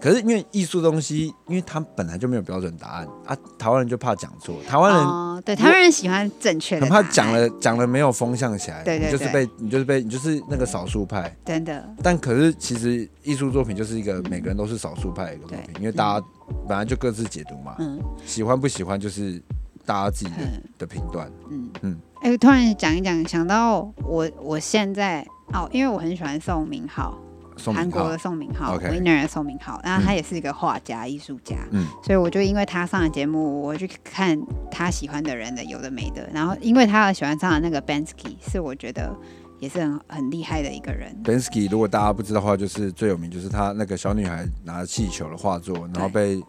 [SPEAKER 4] 可是因为艺术东西，因为它本来就没有标准答案啊，台湾人就怕讲错，台湾人
[SPEAKER 2] 哦，对，台湾人喜欢正确的，
[SPEAKER 4] 很怕讲，了讲了没有风向起来，
[SPEAKER 2] 对对
[SPEAKER 4] 你就是
[SPEAKER 2] 对
[SPEAKER 4] 被你就是被你就是那个少数派。
[SPEAKER 2] 真的，
[SPEAKER 4] 但可是其实艺术作品就是一个每个人都是少数派的一个作品，因为大家本来就各自解读嘛，
[SPEAKER 2] 嗯
[SPEAKER 4] 喜欢不喜欢就是大家自己的
[SPEAKER 2] 嗯
[SPEAKER 4] 的评断。
[SPEAKER 2] 嗯
[SPEAKER 4] 嗯
[SPEAKER 2] 嗯。哎、突然讲一讲，想到我我现在哦，因为我很喜欢宋明浩，
[SPEAKER 4] 宋
[SPEAKER 2] 韩
[SPEAKER 4] 明
[SPEAKER 2] 国
[SPEAKER 4] 浩
[SPEAKER 2] 的，宋明浩
[SPEAKER 4] OK
[SPEAKER 2] ，Winner 的宋明浩，然后他
[SPEAKER 4] 嗯
[SPEAKER 2] 也是一个画家、艺术家，
[SPEAKER 4] 嗯
[SPEAKER 2] 所以我就因为他上的节目，我去看他喜欢的人的有的没的，然后因为他喜欢上的那个 Bansky 是我觉得也是很很厉害的一个人，
[SPEAKER 4] Bensky，如果大家不知道的话，就是最有名就是他那个小女孩拿气球的画作，然后被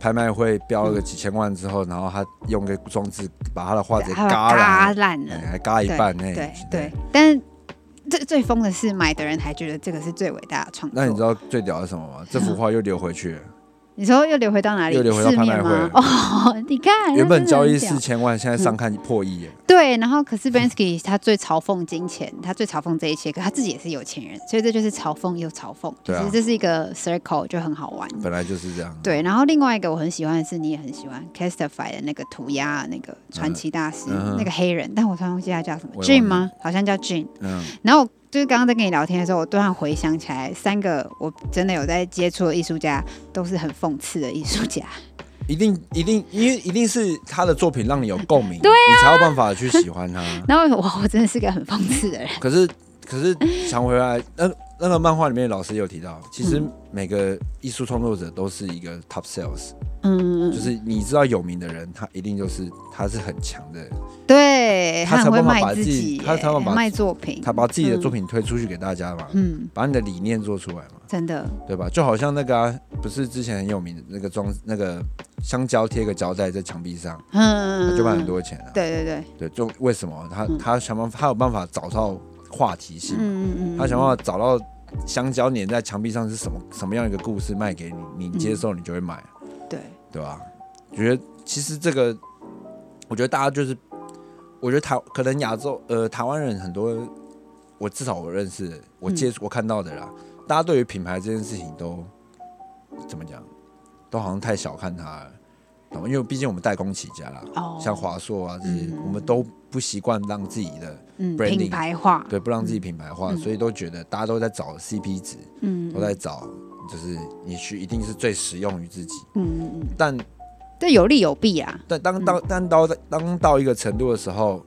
[SPEAKER 4] 拍卖会标了个几千万之后，然后他用个装置把他的画直接
[SPEAKER 2] 他把
[SPEAKER 4] 嘎
[SPEAKER 2] 嘎
[SPEAKER 4] 了，
[SPEAKER 2] 烂了
[SPEAKER 4] 哎，还嘎一半呢。
[SPEAKER 2] 对
[SPEAKER 4] 哎
[SPEAKER 2] 对。，但最最疯的是买的人还觉得这个是最伟大的创作。
[SPEAKER 4] 那你知道最屌的是什么吗？这幅画又流回去了，
[SPEAKER 2] 你说又流回到哪里？
[SPEAKER 4] 又流回到
[SPEAKER 2] 市
[SPEAKER 4] 拍卖
[SPEAKER 2] 面
[SPEAKER 4] 会
[SPEAKER 2] 吗？哦，你看，
[SPEAKER 4] 原本
[SPEAKER 2] 那真的
[SPEAKER 4] 交
[SPEAKER 2] 很
[SPEAKER 4] 易
[SPEAKER 2] 屌
[SPEAKER 4] 四千万，现在上看破亿耶。
[SPEAKER 2] 对，然后可是 Bansky 他最嘲讽金钱，他最嘲讽这一切，可他自己也是有钱人，所以这就是嘲讽又嘲讽，就
[SPEAKER 4] 对啊
[SPEAKER 2] 是这是一个 circle，就很好玩。
[SPEAKER 4] 本来就是这样。
[SPEAKER 2] 嗯对，然后另外一个我很喜欢的是，你也很喜欢 Castify 的那个涂鸦那个传奇大师、
[SPEAKER 4] 嗯哼
[SPEAKER 2] 那个黑人，但我突然忘记他叫什么
[SPEAKER 4] 我也忘
[SPEAKER 2] Jim
[SPEAKER 4] 了
[SPEAKER 2] 吗？好像叫 Jim。
[SPEAKER 4] 嗯，
[SPEAKER 2] 然后我就是刚刚在跟你聊天的时候，我突然回想起来，三个我真的有在接触的艺术家都是很讽刺的艺术家。
[SPEAKER 4] 一定一定，因为一定是他的作品让你有共鸣，
[SPEAKER 2] 啊
[SPEAKER 4] 你才有办法去喜欢他。
[SPEAKER 2] 然后我我真的是个很讽刺的人，
[SPEAKER 4] 可是可是想回来，那那个漫画里面老师也有提
[SPEAKER 2] 嗯
[SPEAKER 4] 到，其实每个艺术创作者都是一个 top sales，、
[SPEAKER 2] 嗯，
[SPEAKER 4] 就是你知道有名的人，他一定就是他是很强的，
[SPEAKER 2] 对，
[SPEAKER 4] 他才
[SPEAKER 2] 很会
[SPEAKER 4] 有办法
[SPEAKER 2] 卖
[SPEAKER 4] 把自己
[SPEAKER 2] 己耶，
[SPEAKER 4] 他才有办法把
[SPEAKER 2] 卖作品，
[SPEAKER 4] 他把自己的作品推出去给大家嘛，
[SPEAKER 2] 嗯，
[SPEAKER 4] 把你的理念做出来嘛，
[SPEAKER 2] 真的，
[SPEAKER 4] 对吧？就好像那个、啊、不是之前很有名的那个装那个香蕉贴个胶带在墙壁上，
[SPEAKER 2] 嗯，
[SPEAKER 4] 他就卖很，多钱啊。
[SPEAKER 2] 对对对，
[SPEAKER 4] 对，就为什么他
[SPEAKER 2] 嗯
[SPEAKER 4] 他想办法，他有办法找到话题性嘛，
[SPEAKER 2] 嗯嗯嗯，
[SPEAKER 4] 他想办法找到香蕉粘在墙壁上是什么什么样一个故事卖给你，
[SPEAKER 2] 嗯
[SPEAKER 4] 你接受你就会买，
[SPEAKER 2] 对，
[SPEAKER 4] 对吧？觉得其实这个，我觉得大家就是，我觉得台可能亚洲呃台湾人很多，我至少我认识的我
[SPEAKER 2] 嗯
[SPEAKER 4] 接触、我看到的啦，大家对于品牌这件事情都怎么讲，都好像太小看它了，懂吗？因为毕竟我们代工起家啦，
[SPEAKER 2] 哦，
[SPEAKER 4] 像华硕啊这些，
[SPEAKER 2] 嗯
[SPEAKER 4] 我们都不习惯让自己的
[SPEAKER 2] 嗯
[SPEAKER 4] branding，
[SPEAKER 2] 品牌化，
[SPEAKER 4] 对，不让自己品牌化，
[SPEAKER 2] 嗯
[SPEAKER 4] 所以都觉得大家都在找 CP 值，
[SPEAKER 2] 嗯，
[SPEAKER 4] 都在找就是你去一定是最实用于自己。
[SPEAKER 2] 嗯，嗯嗯嗯，
[SPEAKER 4] 但
[SPEAKER 2] 这有利有弊啊，
[SPEAKER 4] 但当当当到当到一个程度的时候，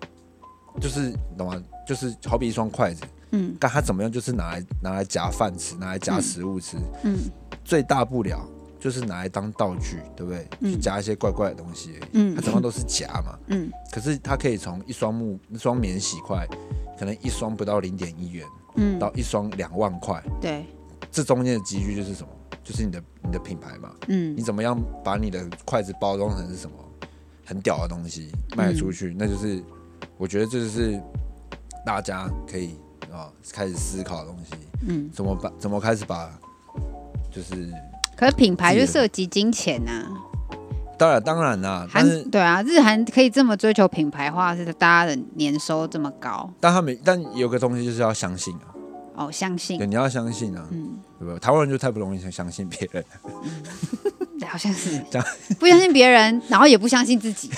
[SPEAKER 4] 就是你懂吗？就是好比一双筷子，
[SPEAKER 2] 嗯
[SPEAKER 4] 看它怎么样，就是拿来拿来夹饭吃，拿来夹食物吃，
[SPEAKER 2] 嗯
[SPEAKER 4] 最大不了就是拿来当道具，对不对？去夹一些怪怪的东西而已。
[SPEAKER 2] 嗯
[SPEAKER 4] 它怎么样都是夹嘛，
[SPEAKER 2] 嗯，
[SPEAKER 4] 可是它可以从一双木一双免洗筷，可能一双不到零点一元，
[SPEAKER 2] 嗯
[SPEAKER 4] 到一双两万块。
[SPEAKER 2] 对，
[SPEAKER 4] 这中间的集聚就是什么？就是你的你的品牌嘛，
[SPEAKER 2] 嗯
[SPEAKER 4] 你怎么样把你的筷子包装成是什么很屌的东西卖出去？
[SPEAKER 2] 嗯
[SPEAKER 4] 那就是我觉得这就是大家可以啊、开始思考的东西，
[SPEAKER 2] 嗯，
[SPEAKER 4] 怎么把怎么开始把就是
[SPEAKER 2] 可是品牌就涉及金钱呐、啊。
[SPEAKER 4] 当然当然啦，但是
[SPEAKER 2] 韩对啊，日韩可以这么追求品牌化，是大家的年收这么高
[SPEAKER 4] 但他们但有个东西就是要相信啊，
[SPEAKER 2] 哦，相信
[SPEAKER 4] 对，你要相信啊，
[SPEAKER 2] 嗯
[SPEAKER 4] 对不对？台湾人就太不容易相相信别人了，
[SPEAKER 2] 好像是
[SPEAKER 4] 这样
[SPEAKER 2] 不相信别人，然后也不相信自己，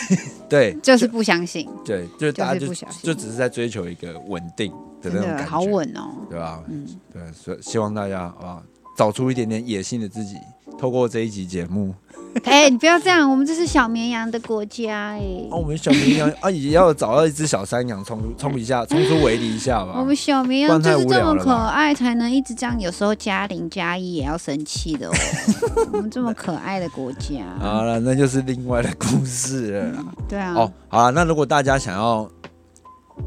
[SPEAKER 4] 对
[SPEAKER 2] 就是不相信，
[SPEAKER 4] 对，就是大家
[SPEAKER 2] 就是
[SPEAKER 4] 就
[SPEAKER 2] 不小心
[SPEAKER 4] 就只是在追求一个稳定的
[SPEAKER 2] 真
[SPEAKER 4] 那种
[SPEAKER 2] 的
[SPEAKER 4] 感觉，
[SPEAKER 2] 好稳哦。
[SPEAKER 4] 对吧？
[SPEAKER 2] 嗯，
[SPEAKER 4] 对，所以希望大家啊，找出一点点野性的自己，透过这一集节目，
[SPEAKER 2] 哎、你不要这样，我们这是小绵羊的国家哎、
[SPEAKER 4] 啊，我们小绵羊啊，也要找到一只小山羊冲冲一 下，冲出围篱一下吧。
[SPEAKER 2] 我们小绵羊
[SPEAKER 4] 不然太
[SPEAKER 2] 就是
[SPEAKER 4] 无
[SPEAKER 2] 这
[SPEAKER 4] 聊
[SPEAKER 2] 么
[SPEAKER 4] 了
[SPEAKER 2] 可
[SPEAKER 4] 吧
[SPEAKER 2] 爱，才能一直这样。有时候加零加一也要生气 的哦。我们这么可爱的国家，
[SPEAKER 4] 好了，那就是另外的故事了啦。
[SPEAKER 2] 对啊，
[SPEAKER 4] 啊哦，好了，那如果大家想要，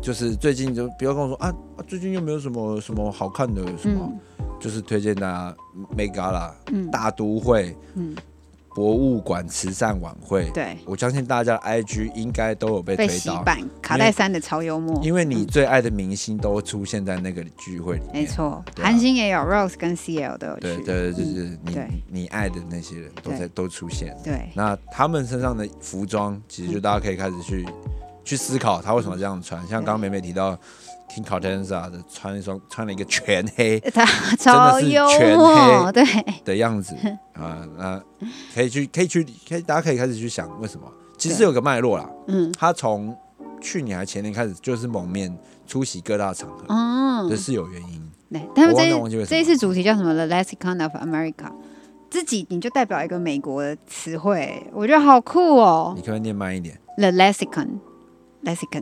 [SPEAKER 4] 就是最近就不要跟我说啊，啊最近又没有什么什么好看的什么，
[SPEAKER 2] 嗯
[SPEAKER 4] 就是推荐大家 mega 啦，
[SPEAKER 2] 嗯
[SPEAKER 4] 哦大都会
[SPEAKER 2] 嗯，
[SPEAKER 4] 博物馆慈善晚会。
[SPEAKER 2] 对，
[SPEAKER 4] 我相信大家的 IG 应该都有被
[SPEAKER 2] 被
[SPEAKER 4] 推
[SPEAKER 2] 洗
[SPEAKER 4] 到，
[SPEAKER 2] 版，卡戴珊的超幽默，嗯
[SPEAKER 4] 因为你最爱的明星都出现在那个聚会里面。
[SPEAKER 2] 没错，
[SPEAKER 4] 对啊
[SPEAKER 2] 韩星也有，Rose 跟 CL 都有
[SPEAKER 4] 对
[SPEAKER 2] 去，
[SPEAKER 4] 对，就
[SPEAKER 2] 嗯
[SPEAKER 4] 是你、
[SPEAKER 2] 对
[SPEAKER 4] 你爱的那些人都在
[SPEAKER 2] 对
[SPEAKER 4] 都出现。
[SPEAKER 2] 对
[SPEAKER 4] 那他们身上的服装，其实就大家可以开始去、去思考他为什么这样穿。像刚刚美美提到 King Cartenza 的穿一双穿了一个全黑
[SPEAKER 2] 他超
[SPEAKER 4] 真的是
[SPEAKER 2] 幽
[SPEAKER 4] 全
[SPEAKER 2] 默，对，
[SPEAKER 4] 的样子啊、那可以去可以去可以大家可以开始去想为什么。其实
[SPEAKER 2] 对
[SPEAKER 4] 有个脉络啦，
[SPEAKER 2] 嗯，
[SPEAKER 4] 他从去年还前年开始就是蒙面出席各大场合，
[SPEAKER 2] 哦
[SPEAKER 4] 这、，是有原因。
[SPEAKER 2] 对，他们
[SPEAKER 4] 我
[SPEAKER 2] 这
[SPEAKER 4] 忘了忘记为
[SPEAKER 2] 一
[SPEAKER 4] 什么
[SPEAKER 2] 这一次主题叫什么？The Lexicon of America，自己你就代表一个美国的词汇，我觉得好酷哦
[SPEAKER 4] 你。可不可以念慢一点？
[SPEAKER 2] The Lexicon，Lexicon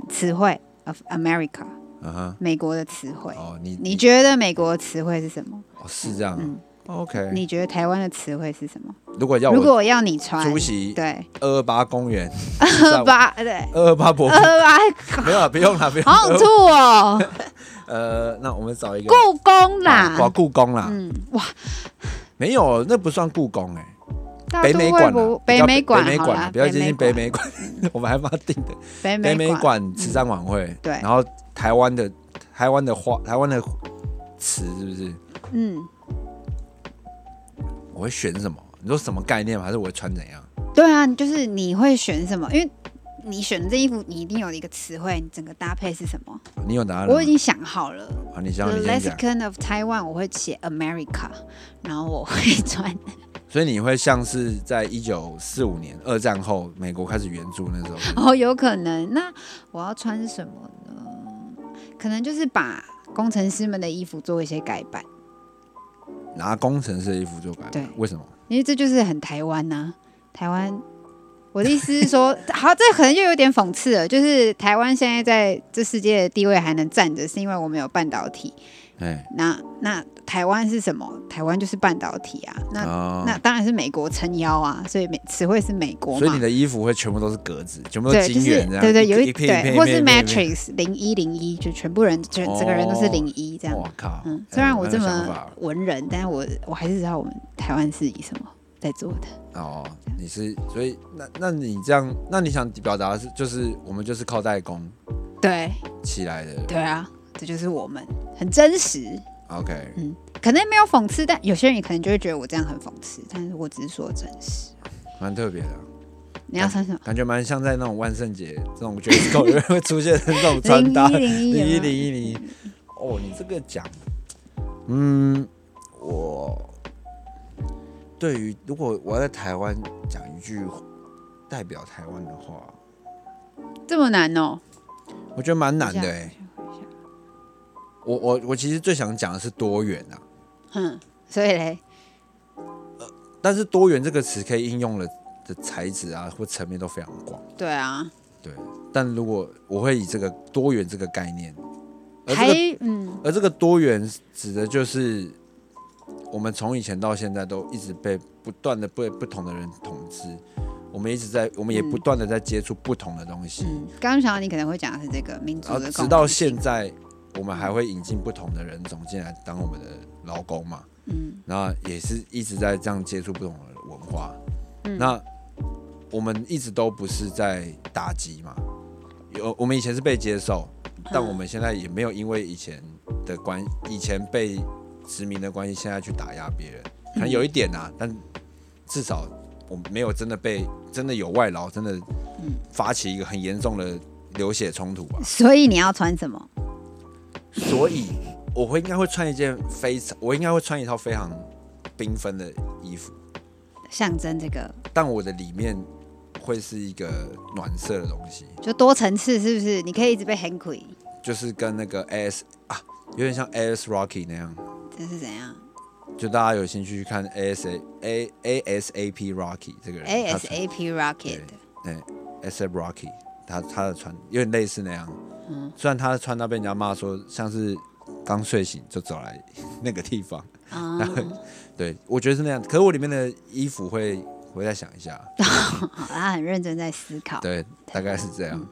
[SPEAKER 2] 词汇 of America，
[SPEAKER 4] 嗯哼，
[SPEAKER 2] 美国的词汇。
[SPEAKER 4] 哦，你
[SPEAKER 2] 你觉得美国的词汇是什么？
[SPEAKER 4] 哦是这样啊、
[SPEAKER 2] 嗯
[SPEAKER 4] OK，
[SPEAKER 2] 你觉得台湾的词汇是什么？
[SPEAKER 4] 如果要
[SPEAKER 2] 如
[SPEAKER 4] 我
[SPEAKER 2] 果要你穿，
[SPEAKER 4] 出席
[SPEAKER 2] 对，
[SPEAKER 4] 二二八公园，
[SPEAKER 2] 二八 对，
[SPEAKER 4] 二二八博物
[SPEAKER 2] 二八，
[SPEAKER 4] 没有啊，不用了，不用啦。
[SPEAKER 2] 好想吐哦。
[SPEAKER 4] 呃，那我们找一个
[SPEAKER 2] 故宫啦
[SPEAKER 4] 啊，故宫啦，
[SPEAKER 2] 嗯，哇，
[SPEAKER 4] 没有，那不算故宫哎，
[SPEAKER 2] 大
[SPEAKER 4] 北
[SPEAKER 2] 都
[SPEAKER 4] 美
[SPEAKER 2] 会
[SPEAKER 4] 馆
[SPEAKER 2] 博
[SPEAKER 4] 啦
[SPEAKER 2] 物，北美馆
[SPEAKER 4] 北美
[SPEAKER 2] 好
[SPEAKER 4] 馆
[SPEAKER 2] 啦
[SPEAKER 4] 啦，比较接近
[SPEAKER 2] 美
[SPEAKER 4] 北
[SPEAKER 2] 嗯
[SPEAKER 4] 美馆， 我们还蛮定的。
[SPEAKER 2] 北
[SPEAKER 4] 北美
[SPEAKER 2] 美馆，嗯
[SPEAKER 4] 馆慈善晚会，
[SPEAKER 2] 对
[SPEAKER 4] 然后台湾的台湾的花，台湾的词是不是？
[SPEAKER 2] 嗯。
[SPEAKER 4] 我会选什么？你说什么概念吗？还是我会穿怎样？
[SPEAKER 2] 对啊，就是你会选什么？因为你选的这衣服，你一定有一个词汇，你整个搭配是什么？
[SPEAKER 4] 你有答案了吗？
[SPEAKER 2] 我已经想好了。
[SPEAKER 4] 好，你想
[SPEAKER 2] The
[SPEAKER 4] 你先讲。
[SPEAKER 2] lexicon of Taiwan，我会写 America，然后我会穿。
[SPEAKER 4] 所以你会像是在一九四五年二战后美国开始援助那时候，
[SPEAKER 2] 哦，有可能。那我要穿什么呢？可能就是把工程师们的衣服做一些改版，
[SPEAKER 4] 拿工程师的衣服做改
[SPEAKER 2] 对
[SPEAKER 4] 版，为什么？
[SPEAKER 2] 因为这就是很台湾呐、台湾。我的意思是说， 好，这可能又有点讽刺了。就是台湾现在在这世界的地位还能站着，是因为我们有半导体。
[SPEAKER 4] 哎，
[SPEAKER 2] 那那台湾是什么？台湾就是半导体啊。那、
[SPEAKER 4] 哦
[SPEAKER 2] 那当然是美国撑腰啊，所以美词汇是美国
[SPEAKER 4] 所以
[SPEAKER 2] 嘛
[SPEAKER 4] 你。的衣服会全部都是格子，全部都
[SPEAKER 2] 对，就
[SPEAKER 4] 金
[SPEAKER 2] 是
[SPEAKER 4] 元这样，
[SPEAKER 2] 对对，
[SPEAKER 4] 一
[SPEAKER 2] 有
[SPEAKER 4] 一片一
[SPEAKER 2] 对，
[SPEAKER 4] 片
[SPEAKER 2] 或是。
[SPEAKER 4] 一片一片一
[SPEAKER 2] Matrix 零一零一，就全部人全整个人都是
[SPEAKER 4] 哦
[SPEAKER 2] 零一这
[SPEAKER 4] 片
[SPEAKER 2] 样。
[SPEAKER 4] 我靠！
[SPEAKER 2] 嗯，虽然
[SPEAKER 4] 哎
[SPEAKER 2] 我
[SPEAKER 4] 蛮
[SPEAKER 2] 这
[SPEAKER 4] 有想
[SPEAKER 2] 么
[SPEAKER 4] 法
[SPEAKER 2] 文人，但是我我还是知道我们台湾是以什么在做的。
[SPEAKER 4] 哦，你是所以那那你这样，那你想表达的是就是我们就是靠代工
[SPEAKER 2] 对
[SPEAKER 4] 起来的。
[SPEAKER 2] 对啊，这就是我们很真实，
[SPEAKER 4] OK，
[SPEAKER 2] 可能没有讽刺，但有些人可能就会觉得我这样很讽刺，但是我只是说真实。
[SPEAKER 4] 蛮特别的，
[SPEAKER 2] 你要
[SPEAKER 4] 啊
[SPEAKER 2] 穿什么？
[SPEAKER 4] 感觉蛮像在那种万圣节这种角色会出现的这种穿
[SPEAKER 2] 零
[SPEAKER 4] 搭
[SPEAKER 2] 一。零一有啊没
[SPEAKER 4] 零一
[SPEAKER 2] 有
[SPEAKER 4] 零一零一。哦，你这个讲，嗯，我对于如果我要在台湾讲一句代表台湾的话，
[SPEAKER 2] 这么难哦、
[SPEAKER 4] 我觉得蛮难
[SPEAKER 2] 等
[SPEAKER 4] 的
[SPEAKER 2] 一下
[SPEAKER 4] 哎、我我我其实最想讲的是多元啊，
[SPEAKER 2] 嗯，所以嘞，
[SPEAKER 4] 但是多元这个词可以应用的的材质啊或层面都非常广。
[SPEAKER 2] 对啊，
[SPEAKER 4] 对，但如果我会以这个多元这个概念，而这
[SPEAKER 2] 还
[SPEAKER 4] 个
[SPEAKER 2] 嗯，
[SPEAKER 4] 而这个多元指的就是我们从以前到现在都一直被不断的被不同的人统治，我们一直在，我们也
[SPEAKER 2] 嗯
[SPEAKER 4] 不断的在接触不同的东西，
[SPEAKER 2] 嗯刚刚想到你可能会讲的是这个民族
[SPEAKER 4] 然
[SPEAKER 2] 的
[SPEAKER 4] 后
[SPEAKER 2] 共
[SPEAKER 4] 啊直到
[SPEAKER 2] 同
[SPEAKER 4] 现
[SPEAKER 2] 性，
[SPEAKER 4] 在，我们还会引进不同的人种进来当我们的劳工嘛，
[SPEAKER 2] 嗯
[SPEAKER 4] 然后也是一直在这样接触不同的文化，
[SPEAKER 2] 嗯
[SPEAKER 4] 那我们一直都不是在打击嘛，有我们以前是被接受，
[SPEAKER 2] 嗯
[SPEAKER 4] 但我们现在也没有因为以前的关，以前被殖民的关系，现在去打压别人，可能有一点啊，但至少我们没有真的被真的有外劳真的
[SPEAKER 2] 嗯
[SPEAKER 4] 发起一个很严重的流血冲突吧，
[SPEAKER 2] 所以你要穿什么？
[SPEAKER 4] 所以我会应该会穿一件非常，我应该会穿一套非常缤纷的衣服。
[SPEAKER 2] 象征这个，
[SPEAKER 4] 但我的里面会是一个暖色的东西，
[SPEAKER 2] 就多层次是不是？你可以一直被 h a n k y
[SPEAKER 4] 就是跟那个 AS 啊，有点像 AS Rocky 那样。
[SPEAKER 2] 这是怎样
[SPEAKER 4] 就大家有兴趣去看 ASA A ASAP Rocky 这个人他传
[SPEAKER 2] ？ASAP Rocket，
[SPEAKER 4] 对 ASAP Rocky 他他的穿有点类似那样，虽然他的穿搭被人家骂说像是刚睡醒就走来那个地方，
[SPEAKER 2] 啊、
[SPEAKER 4] 然后 对我觉得是那样，可是我里面的衣服会我会再想一下，
[SPEAKER 2] 哦好，他很认真在思考。
[SPEAKER 4] 对，大概是这样，
[SPEAKER 2] 嗯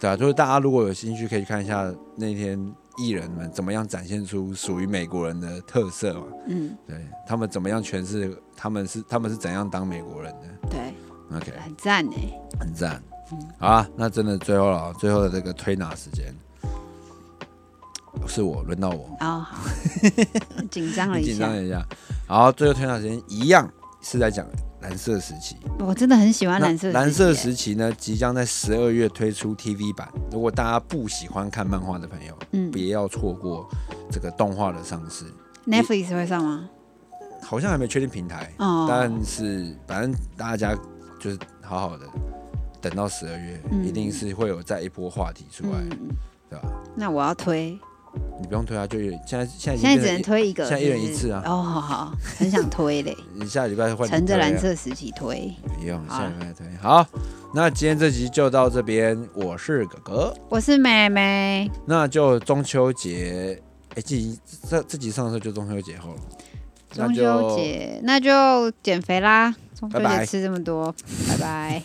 [SPEAKER 4] 对啊，就是大家如果有兴趣可以去看一下那天艺人们怎么样展现出属于美国人的特色嘛，
[SPEAKER 2] 嗯，
[SPEAKER 4] 对他们怎么样诠释，他们是他们是怎样当美国人的
[SPEAKER 2] 对，
[SPEAKER 4] ？OK，
[SPEAKER 2] 很赞哎。
[SPEAKER 4] 很赞。
[SPEAKER 2] 嗯
[SPEAKER 4] 好啊，那真的最后了，最后的这个推拿时间是我轮到我，
[SPEAKER 2] 哦，好紧张了
[SPEAKER 4] 你
[SPEAKER 2] 一
[SPEAKER 4] 紧张
[SPEAKER 2] 下。
[SPEAKER 4] 一下。好，最后推拿时间一样是在讲蓝色时期。
[SPEAKER 2] 我真的很喜欢
[SPEAKER 4] 那
[SPEAKER 2] 啊蓝色的
[SPEAKER 4] 蓝色
[SPEAKER 2] 世界，
[SPEAKER 4] 时期呢，即将在十二月推出 TV 版。如果大家不喜欢看漫画的朋友，
[SPEAKER 2] 嗯
[SPEAKER 4] 别要错过这个动画的上市。
[SPEAKER 2] ，Netflix 会上吗？
[SPEAKER 4] 好像还没确定平台，
[SPEAKER 2] 哦
[SPEAKER 4] 但是反正大家就是好好的等到十二月，
[SPEAKER 2] 嗯
[SPEAKER 4] 一定是会有再一波话题出来，
[SPEAKER 2] 嗯，
[SPEAKER 4] 对吧？
[SPEAKER 2] 那我要推，
[SPEAKER 4] 你不用推啊，就有现在现在已经
[SPEAKER 2] 现在只
[SPEAKER 4] 变
[SPEAKER 2] 能
[SPEAKER 4] 成
[SPEAKER 2] 推一个，
[SPEAKER 4] 现在一
[SPEAKER 2] 是
[SPEAKER 4] 人
[SPEAKER 2] 不是
[SPEAKER 4] 一次啊
[SPEAKER 2] 哦，好好，很想推嘞，
[SPEAKER 4] 你下礼 拜换你
[SPEAKER 2] 乘着
[SPEAKER 4] 推啊
[SPEAKER 2] 蓝色时期推。
[SPEAKER 4] 不用，
[SPEAKER 2] 好啊
[SPEAKER 4] 下礼拜推。好，那今天这集就到这边，我是哥哥，
[SPEAKER 2] 我是妹妹，
[SPEAKER 4] 那就中秋节，哎、这集这这集上的时候就中秋节后了，那
[SPEAKER 2] 中
[SPEAKER 4] 就
[SPEAKER 2] 秋节那就减肥啦，中秋
[SPEAKER 4] 拜
[SPEAKER 2] 节
[SPEAKER 4] 拜
[SPEAKER 2] 吃这么多，拜拜。